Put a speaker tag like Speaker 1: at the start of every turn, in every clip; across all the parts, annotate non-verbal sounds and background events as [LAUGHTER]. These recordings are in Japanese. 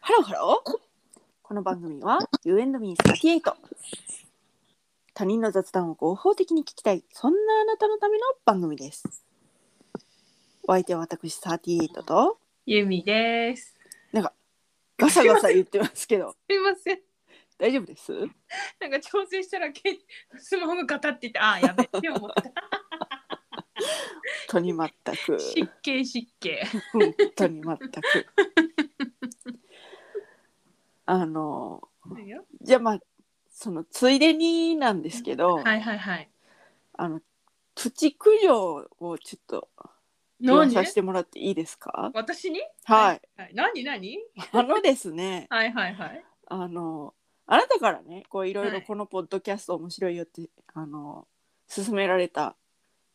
Speaker 1: ハローハロー。この番組は You and me38。他人の雑談を合法的に聞きたい、そんなあなたのための番組です。お相手は私38と
Speaker 2: ゆみです。
Speaker 1: ガサガサ言ってますけど、
Speaker 2: すいません。
Speaker 1: 大丈夫です
Speaker 2: なんか調整したらけスマホがガタって言って、ああ、や
Speaker 1: [LAUGHS]
Speaker 2: べって思った。
Speaker 1: とに全
Speaker 2: [LAUGHS]
Speaker 1: く。
Speaker 2: 失敬失敬。
Speaker 1: 本当に全く。あの、じゃあまあ、そのついでになんですけど、
Speaker 2: はいはいはい。
Speaker 1: あの、プチ苦情をちょっと言わ
Speaker 2: 何
Speaker 1: させてもらっていいですか
Speaker 2: 私に
Speaker 1: はい。
Speaker 2: はい。何何
Speaker 1: [LAUGHS] あのですね、
Speaker 2: はいはいはい。
Speaker 1: あの、あなたからね、こういろい
Speaker 2: は
Speaker 1: ろ
Speaker 2: い
Speaker 1: このポッドキャスト面白いよって、あの、勧められた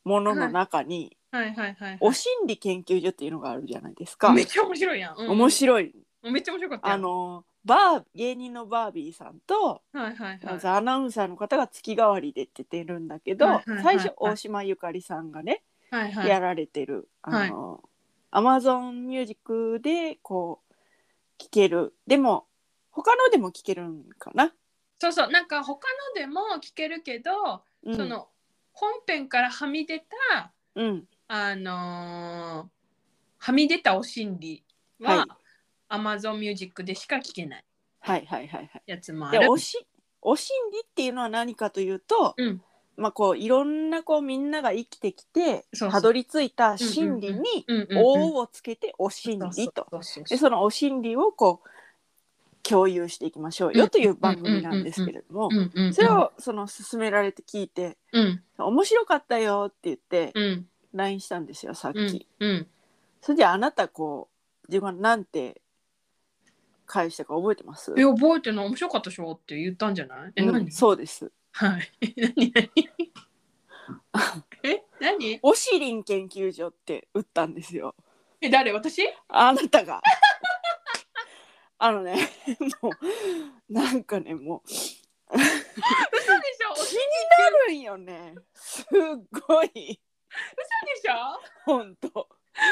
Speaker 1: ものの中に、
Speaker 2: はいはいはい。
Speaker 1: お心理研究所っていうのがあるじゃないですか。
Speaker 2: めっちゃ面白いやん。うん
Speaker 1: 面白い。
Speaker 2: めっちゃ面白かったや
Speaker 1: あ
Speaker 2: ん。
Speaker 1: の、バー、芸人のバービーさんと、
Speaker 2: はいはい
Speaker 1: ま
Speaker 2: はい
Speaker 1: ず。アナウンサーの方が月替わりで出てるんだけど、
Speaker 2: はいはいはい
Speaker 1: 最初大島ゆかりさんがね、
Speaker 2: はいはい。
Speaker 1: やられてる、
Speaker 2: はい
Speaker 1: あの、アマゾンミュージックでこう聴けるでも他のでも聴けるんかな、
Speaker 2: そうそう。なんか他のでも聞けるけど、
Speaker 1: うん、
Speaker 2: その本編からはみ出た、
Speaker 1: うん
Speaker 2: あのーはみ出たお心理は、
Speaker 1: はい
Speaker 2: Amazon Music でしか聞けない
Speaker 1: はいはいはい
Speaker 2: やつもあ
Speaker 1: はいで
Speaker 2: る。
Speaker 1: おしお心理っていうのは何かというと、
Speaker 2: うん、
Speaker 1: まあ、こういろんなこうみんなが生きてきて
Speaker 2: そうそう
Speaker 1: たどり着いた心理に
Speaker 2: うんうん
Speaker 1: 「
Speaker 2: うん
Speaker 1: お」をつけて「お心理」と。
Speaker 2: そうそ
Speaker 1: で
Speaker 2: うそうそう
Speaker 1: そのお心理をこう共有していきましょうよという番組なんですけれども
Speaker 2: うんうんうん
Speaker 1: それをその勧められて聞いて
Speaker 2: うん
Speaker 1: 「面白かったよ」って言って
Speaker 2: うん
Speaker 1: LINE したんですよさっき。
Speaker 2: うんうん
Speaker 1: それであなたこう自分はなんて返したか覚えてます
Speaker 2: え覚えてるの面白かったでしょって言ったんじゃないえ、
Speaker 1: うん
Speaker 2: 何
Speaker 1: そうです。
Speaker 2: はい [LAUGHS] 何何え何
Speaker 1: おしりん研究所って打ったんですよ。
Speaker 2: え誰私
Speaker 1: あなた [LAUGHS] が。あのねもうなんかねもう
Speaker 2: 嘘でしょ嘘でし
Speaker 1: あるんよねすっごい
Speaker 2: ょ
Speaker 1: ほんと。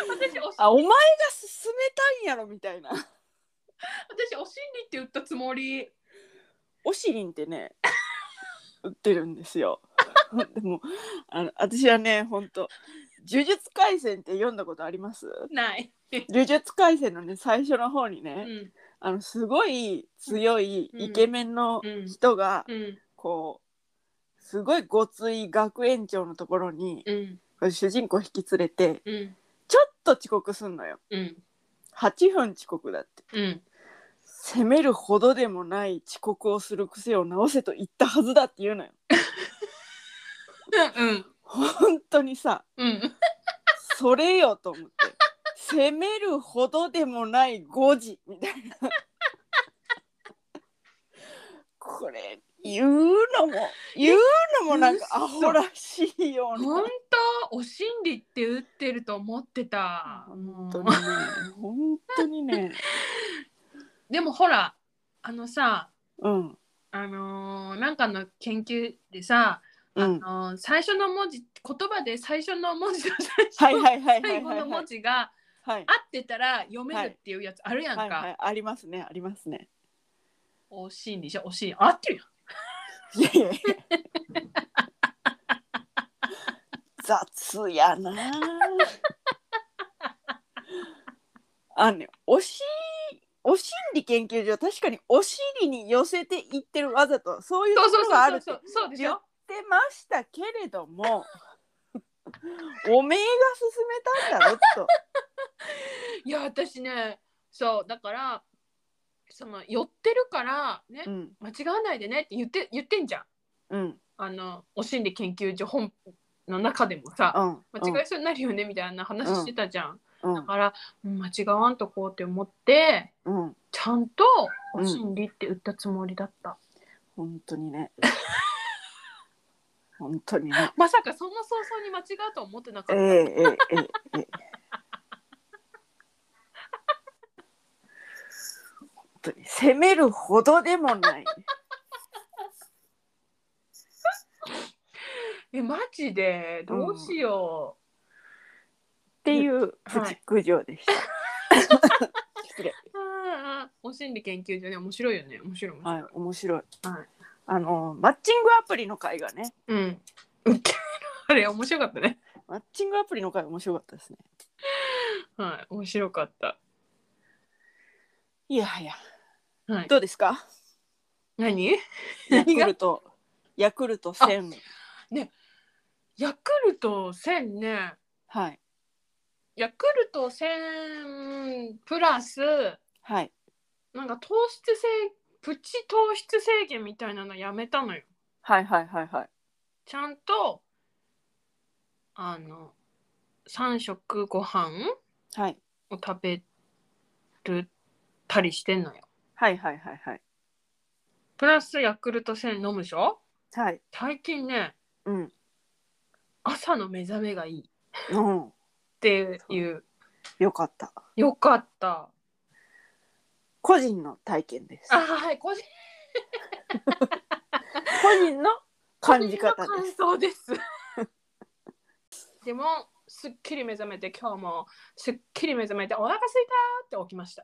Speaker 2: 私おし
Speaker 1: あお前が勧めたんやろみたいな。
Speaker 2: 私お心理って言ったつもり
Speaker 1: おしりんってね売ってるんですよ。 [LAUGHS] でもあの私はねほんと「呪術廻戦」って読んだことあります
Speaker 2: ない。
Speaker 1: 呪術廻戦のね最初の方に
Speaker 2: う
Speaker 1: ね、
Speaker 2: ん
Speaker 1: あのすごい強い
Speaker 2: うん
Speaker 1: イケメンの
Speaker 2: うん
Speaker 1: 人が
Speaker 2: うん
Speaker 1: こうすごいごつい学園長のところに
Speaker 2: うん
Speaker 1: 主人公引き連れて
Speaker 2: うん
Speaker 1: ちょっと遅刻すんのよ
Speaker 2: うん
Speaker 1: 8分遅刻だって
Speaker 2: うん
Speaker 1: 責めるほどでもない遅刻をする癖を直せと言ったはずだって言うのよ
Speaker 2: うん
Speaker 1: 本当にさ
Speaker 2: うん
Speaker 1: それよと思って責めるほどでもない5時みたいなこれ言うのも言うのもなんかアホらしいような
Speaker 2: 本当お心理って打ってると思ってた。
Speaker 1: 本当にね本当にね
Speaker 2: でもほらあのさ
Speaker 1: うん
Speaker 2: あのーなんかの研究でさ、
Speaker 1: うん
Speaker 2: あのー最初の文字言葉で最初の文字と
Speaker 1: は
Speaker 2: 最
Speaker 1: い
Speaker 2: 初
Speaker 1: はいはいはい
Speaker 2: 最後
Speaker 1: はい
Speaker 2: の
Speaker 1: はい
Speaker 2: 文字が
Speaker 1: はい
Speaker 2: 合ってたら読めるっていうやつあるやんか。
Speaker 1: はいはいありますねありますね
Speaker 2: お心理じゃお心理合ってるやん。
Speaker 1: いやいやいや雑やなあ。あのね、おし、お心理研究所は確かにお尻に寄せていってるわざとそういうと
Speaker 2: そ
Speaker 1: こ
Speaker 2: うそう
Speaker 1: ろがある
Speaker 2: そう
Speaker 1: って
Speaker 2: そ
Speaker 1: 言っ
Speaker 2: うそうでしょ。
Speaker 1: てましたけれども、おめえが勧めたんだろと。
Speaker 2: いや私ねそうだからその寄ってるからね、
Speaker 1: うん
Speaker 2: 間違わないでねって言って言ってんじゃん。
Speaker 1: うん
Speaker 2: あのお心理研究所本の中でもさ、
Speaker 1: うん
Speaker 2: 間違いそうになるよねみたいな話してたじゃん、
Speaker 1: うん
Speaker 2: だからうん間違わんとこうって思って
Speaker 1: うん
Speaker 2: ちゃんとお心理って打ったつもりだった、
Speaker 1: 本当にね。本当にね。
Speaker 2: まさかそんな早々に間違うとは思ってなか
Speaker 1: え
Speaker 2: った、
Speaker 1: えええええええ。本当に責めるほどでもない。
Speaker 2: えマジでどうしよ
Speaker 1: っていうプチ苦情でした。失礼。
Speaker 2: ああお心理研究所ね面白いよね面白い面白い、
Speaker 1: はい、面白い。
Speaker 2: はい
Speaker 1: あのマッチングアプリの回がね、
Speaker 2: うんウケるあれ面白かったね
Speaker 1: マッチングアプリの回面白かったですね。
Speaker 2: はい面白かった
Speaker 1: いやはや、
Speaker 2: はい
Speaker 1: どうですか？
Speaker 2: 何
Speaker 1: ヤク
Speaker 2: 何が
Speaker 1: ルト、ヤクルト1000、
Speaker 2: ヤクルト1000ね
Speaker 1: はい
Speaker 2: ヤクルト1000プラス
Speaker 1: はい。
Speaker 2: なんか糖質制プチ糖質制限みたいなのやめたのよ
Speaker 1: はいはいはいはい。
Speaker 2: ちゃんとあの3食ご飯
Speaker 1: はい
Speaker 2: を食べるたりしてんのよ
Speaker 1: はいはいはいはい。
Speaker 2: プラスヤクルト1000飲むでしょ
Speaker 1: はい。
Speaker 2: 最近ね
Speaker 1: うん。
Speaker 2: 朝の目覚めがいいっ
Speaker 1: うん。
Speaker 2: ていう
Speaker 1: よかった。
Speaker 2: よかった
Speaker 1: 個人の体験です。
Speaker 2: あはい個人
Speaker 1: 個人の感じ方
Speaker 2: 個人の
Speaker 1: で
Speaker 2: 感
Speaker 1: す。
Speaker 2: 想ですでもすっきり目覚めて今日もすっきり目覚めてお腹すいたーって起きました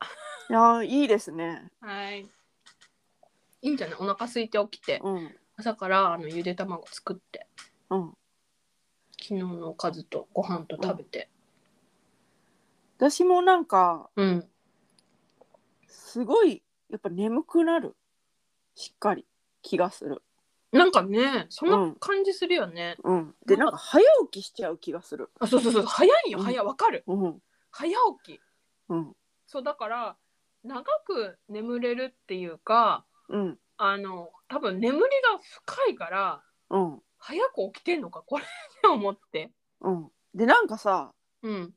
Speaker 1: いやーいいですね。
Speaker 2: はいいいんじゃないお腹空いて起きて
Speaker 1: うん
Speaker 2: 朝からあのゆで卵作って
Speaker 1: うん。
Speaker 2: 昨日のおかずとご飯と食べて
Speaker 1: 私もなんか
Speaker 2: うん、
Speaker 1: すごいやっぱ眠くなる。しっかり気がする。
Speaker 2: なんかねそんな感じするよね、
Speaker 1: うん。でなんか早起きしちゃう気がする。
Speaker 2: あそうそうそう早いよ
Speaker 1: うん
Speaker 2: 早いわかる
Speaker 1: うん
Speaker 2: 早起き
Speaker 1: うん
Speaker 2: そうだから長く眠れるっていうか
Speaker 1: うん
Speaker 2: あの多分眠りが深いから
Speaker 1: うん
Speaker 2: 早く起きてんのかこれって思って
Speaker 1: うん。でなんかさ
Speaker 2: うん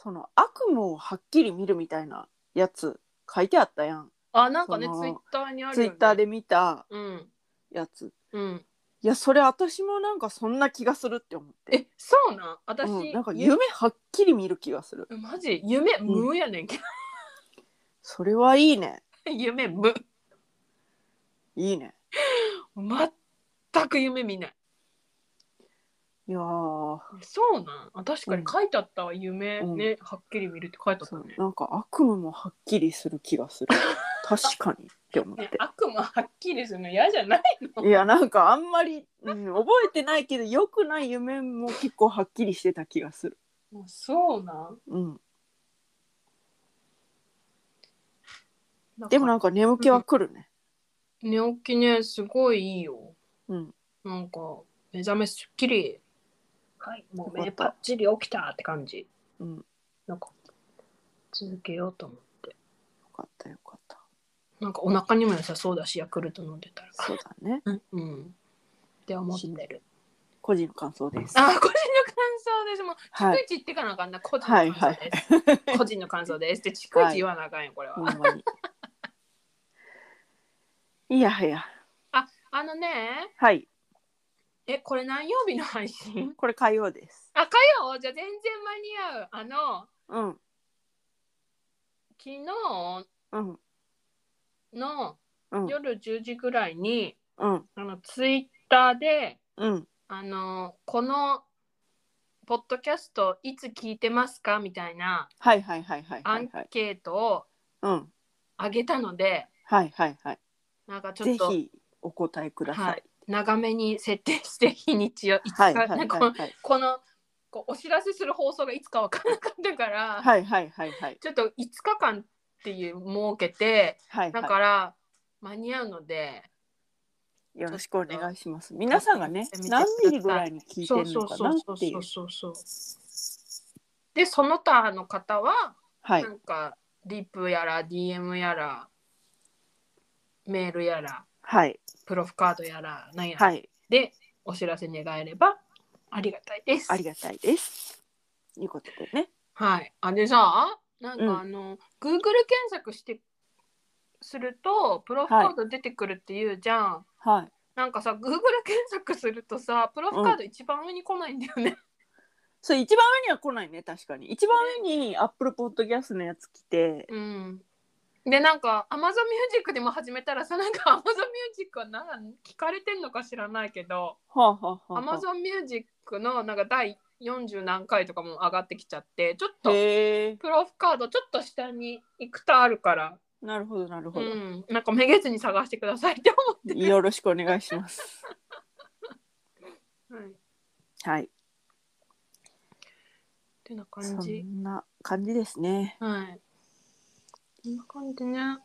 Speaker 1: その悪夢をはっきり見るみたいなやつ書いてあったやん。
Speaker 2: あなんかね
Speaker 1: その
Speaker 2: ツイッターにある
Speaker 1: ツ
Speaker 2: よ、
Speaker 1: イ
Speaker 2: ね、
Speaker 1: ッターで見た
Speaker 2: うん
Speaker 1: やつ。
Speaker 2: うん
Speaker 1: いやそれ私もなんかそんな気がするって思って。
Speaker 2: えそうなん私、
Speaker 1: うん、なんか
Speaker 2: ゆ
Speaker 1: 夢はっきり見る気がする。
Speaker 2: マジ夢無やねんけ [LAUGHS] ど、
Speaker 1: それはいいね。
Speaker 2: 夢無
Speaker 1: いいね。
Speaker 2: 全く夢見ない
Speaker 1: いやー
Speaker 2: そうなんあ確かに書いてあったわ、夢
Speaker 1: うん
Speaker 2: ねはっきり見るって書いてあった
Speaker 1: そう
Speaker 2: ね,、
Speaker 1: なんか悪夢もはっきりする気がす
Speaker 2: [LAUGHS]
Speaker 1: る。確かにって思っ
Speaker 2: ね
Speaker 1: て。
Speaker 2: 悪夢はっきりするの嫌じゃない
Speaker 1: いやなんかあんまり、うん、覚えてないけど良くない夢も結構はっきりしてた気がする。
Speaker 2: もうそうなん
Speaker 1: うん、
Speaker 2: なんか
Speaker 1: でもなんか眠気は来るね。
Speaker 2: 寝起きねすごいいいよ
Speaker 1: うん、
Speaker 2: なんか目覚めすっきりはいもう
Speaker 1: よか
Speaker 2: 目
Speaker 1: った
Speaker 2: パッチリ起きたって感じ
Speaker 1: うん、よ
Speaker 2: なんか続けようと思う
Speaker 1: かったよかった。
Speaker 2: なんかお腹にも良さそうだしヤクルト飲んでたら
Speaker 1: そうだね。
Speaker 2: うんって思ってる
Speaker 1: 個人の感想です。
Speaker 2: あ個人の感想ですもう
Speaker 1: は
Speaker 2: 逐
Speaker 1: い、
Speaker 2: 一言ってかなあかんな個人の感想です、個人の感想ですって逐一言わなあかんよこれは、
Speaker 1: ほんまに。いやはや、
Speaker 2: あのね
Speaker 1: はい、
Speaker 2: えこれ何曜日の配信
Speaker 1: これ火曜です。
Speaker 2: あ火曜じゃあ全然間に合うあの
Speaker 1: うん、
Speaker 2: 昨日
Speaker 1: うん、
Speaker 2: の
Speaker 1: うん、
Speaker 2: 夜10時ぐらいに、
Speaker 1: うん、
Speaker 2: あのツイッターで
Speaker 1: うん、
Speaker 2: あのこのポッドキャストいつ聞いてますかみたいな
Speaker 1: はいはいはいはい
Speaker 2: ア
Speaker 1: は
Speaker 2: ン
Speaker 1: いはい。
Speaker 2: ケートを
Speaker 1: うん、
Speaker 2: あげたので
Speaker 1: はいはいはい。
Speaker 2: なんかちょ
Speaker 1: ぜ
Speaker 2: っと
Speaker 1: ひお答えください。
Speaker 2: 長めに設定して日にちをいつか、
Speaker 1: はいはいはい
Speaker 2: なんかこの
Speaker 1: はい。
Speaker 2: このこうお知らせする放送がいつか分からなかったから、
Speaker 1: はいはいはいはい。
Speaker 2: ちょっと5日間っていう設けて
Speaker 1: はい
Speaker 2: だ
Speaker 1: はい
Speaker 2: から、間に合うので
Speaker 1: よろしくお願いします。皆さんがね、何ミリぐらいに聞いて
Speaker 2: そう
Speaker 1: る
Speaker 2: そ
Speaker 1: の
Speaker 2: う
Speaker 1: か
Speaker 2: そ
Speaker 1: な
Speaker 2: うそう
Speaker 1: ってい
Speaker 2: そうう。そうそうでその他の方は、
Speaker 1: はい
Speaker 2: な、んかリプやら DM やらメールやら
Speaker 1: はい、
Speaker 2: プロフカードやらなんやら
Speaker 1: はい、
Speaker 2: でお知らせ願えればありがたいです。
Speaker 1: ありがたいです。いうことでね。
Speaker 2: はい。あでさ、なん
Speaker 1: うん
Speaker 2: かあの、Google 検索してするとプロフカード出てくるっていうじゃん。
Speaker 1: はい。
Speaker 2: なんかさ、Google 検索するとさ、プロフカード一番上に来ないんだよね。
Speaker 1: それ一番上には来ないね、確かに。一番上に Apple Podcast のやつ来て、
Speaker 2: うん。でなんか Amazon Music でも始めたらさなんか Amazon Music は何聞かれてんのか知らないけど
Speaker 1: はあはあはあはあ。
Speaker 2: Amazon Music のなんか第40何回とかも上がってきちゃってちょっと
Speaker 1: へえ
Speaker 2: プロフカードちょっと下にいくとあるから、
Speaker 1: なるほどなる
Speaker 2: う
Speaker 1: ほど、
Speaker 2: ん、なんかめげずに探してくださいって思って
Speaker 1: よろしくお願いします
Speaker 2: る。はい、っ
Speaker 1: はい
Speaker 2: てな
Speaker 1: そ
Speaker 2: 感じ。
Speaker 1: んな感じですね、
Speaker 2: はい。こんな感じね。
Speaker 1: ま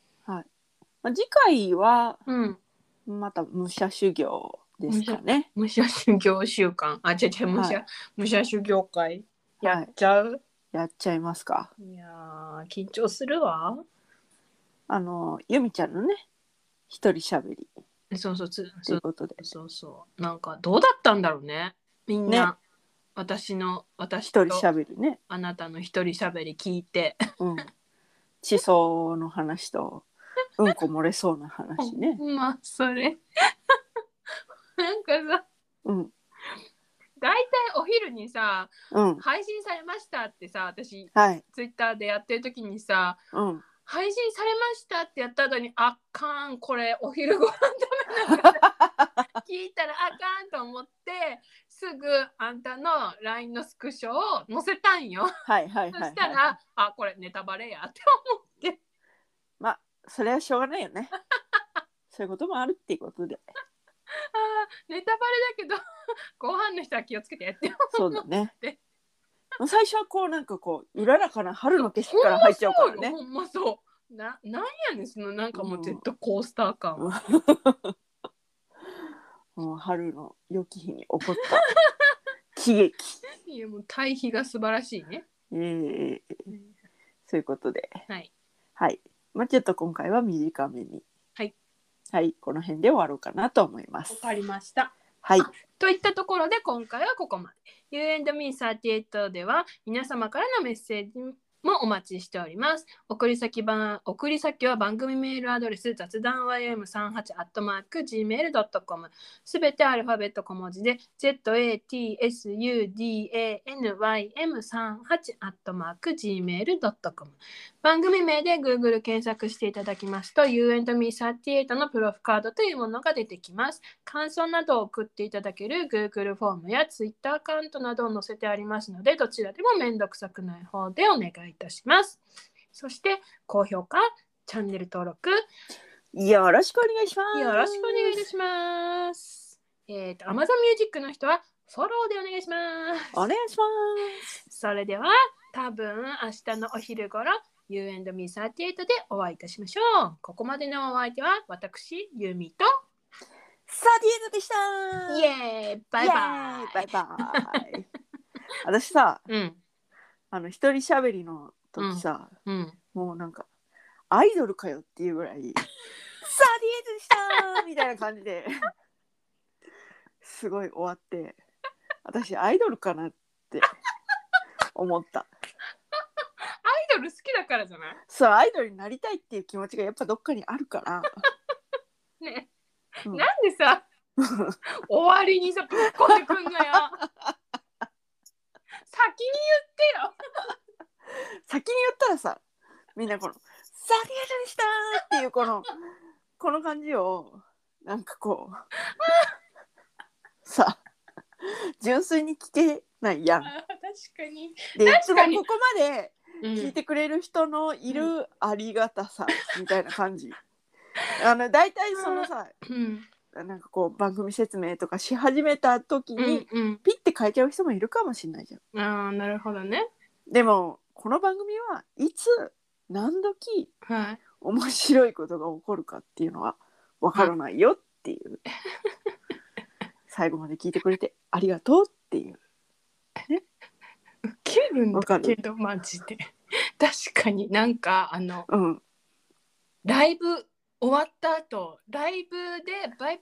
Speaker 1: あ、次回は
Speaker 2: うん。
Speaker 1: また武者修行ですかね
Speaker 2: 武者修行習慣。あ、違う違う、武者、
Speaker 1: は
Speaker 2: 武者修行会。
Speaker 1: は
Speaker 2: や
Speaker 1: い
Speaker 2: っちゃう、
Speaker 1: やっちゃいますか
Speaker 2: い、やー、緊張するわ。
Speaker 1: あの由美ちゃんのね一人しゃべり
Speaker 2: そうそう、つ
Speaker 1: と
Speaker 2: そ
Speaker 1: いう
Speaker 2: う
Speaker 1: ことで
Speaker 2: そうそう。なんか、どうだったんだろうね。みんな、私の、私
Speaker 1: 一
Speaker 2: と
Speaker 1: 人しゃべりね、
Speaker 2: あなたの一人しゃべり聞いて。
Speaker 1: うん、地層の話とうんこ漏れそうな話ね、
Speaker 2: まあ、それ。 [LAUGHS] なんかさ、
Speaker 1: [LAUGHS] うん
Speaker 2: 大体お昼にさ、
Speaker 1: うん
Speaker 2: 配信されましたってさ、私、
Speaker 1: はい
Speaker 2: ツイッターでやってる時にさ、
Speaker 1: うん
Speaker 2: 配信されましたってやった後にあかんこれお昼ご飯食べなが
Speaker 1: [LAUGHS]
Speaker 2: ら聞いたらあかんと思ってすぐあんたの LINE のスクショを載せたんよ、
Speaker 1: はいはいはい、は
Speaker 2: そ
Speaker 1: い
Speaker 2: した、らあこれネタバレやって
Speaker 1: それはしょうがないよ [LAUGHS] ねそういうこともあるっていうことで
Speaker 2: あーネタバレだけどご飯の人は気をつけてやって
Speaker 1: そうだね
Speaker 2: で
Speaker 1: もう最初はこうなんかこううららかな春の景色から入っちゃうからね
Speaker 2: ほんまそうよほんまそうななんやねんそのなんかもうジェットコースター感、
Speaker 1: うんもう春の良き日に起こった [LAUGHS] 喜劇
Speaker 2: いやもう対比が素晴らしいね
Speaker 1: えー
Speaker 2: うん
Speaker 1: そういうことで
Speaker 2: はい
Speaker 1: はい。まあ、ちょっと今回は短めに。
Speaker 2: はい。
Speaker 1: はい、この辺で終わろうかなと思います。
Speaker 2: りました
Speaker 1: はい。
Speaker 2: といったところで今回はここまで。U&Me38 では皆様からのメッセージもお待ちしております。送り先番送り先は番組メールアドレス雑談 ym38-gmail.com すべてアルファベット小文字で zatsudanym38-gmail.com 番組名で Google 検索していただきますと U&Me38 のプロフカードというものが出てきます。感想などを送っていただける Google フォームや Twitter アカウントなどを載せてありますので、どちらでも面倒くさくない方でお願いいたします。そして、高評価、チャンネル登録、
Speaker 1: よろしくお願いします。
Speaker 2: よろしくお願いいたします。えっ、と、Amazon Music の人はフォローでお願いします。
Speaker 1: お願いします。
Speaker 2: それでは、多分明日のお昼頃、You and Me38 でお会いいたしましょう。ここまでのお相手は、私、ユミと、
Speaker 1: サディエードでした
Speaker 2: イエーイバイバイ
Speaker 1: イエーイバイバイ [LAUGHS] 私さ、
Speaker 2: うん、
Speaker 1: あの、一人喋りの時さ、
Speaker 2: うん。
Speaker 1: もうなんか、アイドルかよっていうぐらい、サディエ
Speaker 2: [LAUGHS]
Speaker 1: ードでしたみたいな感じで、すごい終わって、私、アイドルかなって思った。
Speaker 2: アイドル好きだからじゃない
Speaker 1: そうアイドルになりたいっていう気持ちがやっぱどっかにあるから、
Speaker 2: ね、
Speaker 1: うん
Speaker 2: なんで [LAUGHS] さ終わりにさぶっこんでくんのよ先に
Speaker 1: 先に言ったらさみんなこの「サリエルでした!」っていうこのこの感じをなんかこうさ純粋に聞けないやん。
Speaker 2: あ確かに、
Speaker 1: でいつ
Speaker 2: 確
Speaker 1: も
Speaker 2: かに
Speaker 1: ここまで聞い
Speaker 2: 聞いて
Speaker 1: てくれる人のいるありがたさみたいな感じ。 [LAUGHS] あの大体そのさ
Speaker 2: うん
Speaker 1: なんかこう番組説明とかし始めた時
Speaker 2: う
Speaker 1: に
Speaker 2: んうん
Speaker 1: ピッて書いちゃう人もいるかもしれないじゃん。
Speaker 2: ああなるほどね
Speaker 1: でもこの番組はいつ何時
Speaker 2: はい
Speaker 1: 面白いことが起こるかっていうのはわからないよっていう
Speaker 2: [LAUGHS]
Speaker 1: 最後まで聞いてくれてありがとうっていう
Speaker 2: ウケるん
Speaker 1: わか
Speaker 2: だ
Speaker 1: る
Speaker 2: けどマジで確かになんかあの
Speaker 1: うん
Speaker 2: ライブ終わった後ライブでバイバイみんなバイバイ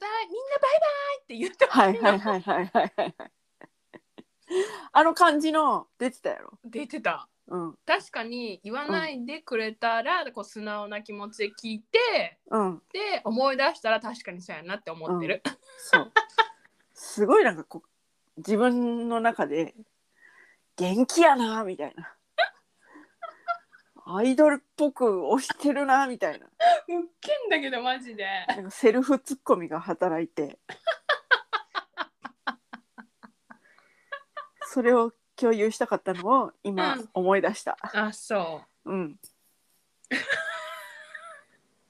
Speaker 2: って言った
Speaker 1: はいはいはいはいはいはいあの感じの出てたやろ
Speaker 2: 出てた
Speaker 1: うん
Speaker 2: 確かに言わないでくれたら、こう素直な気持ちで聞いて
Speaker 1: うん
Speaker 2: で思い出したら確かにそうやなって思ってる、
Speaker 1: そうすごいなんかこう自分の中で元気やなみたいなアイドルっぽく押してるなみたいな
Speaker 2: うっけんだけどマジで
Speaker 1: なんかセルフツッコミが働いてそれを共有したかったのを今
Speaker 2: うん
Speaker 1: 思い出した。
Speaker 2: [LAUGHS] あそう
Speaker 1: うん。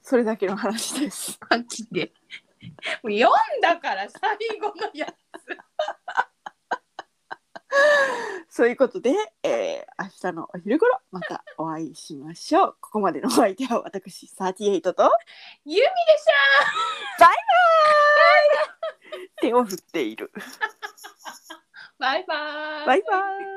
Speaker 1: それだけの話です。
Speaker 2: マジでもう読んだから最後のや
Speaker 1: [LAUGHS] そういうことで、えー、明日のお昼頃またお会いしましょう。ここまでのお相手は私38と
Speaker 2: ゆみでした
Speaker 1: 手を振っている。
Speaker 2: バイバーイ
Speaker 1: バイバイ。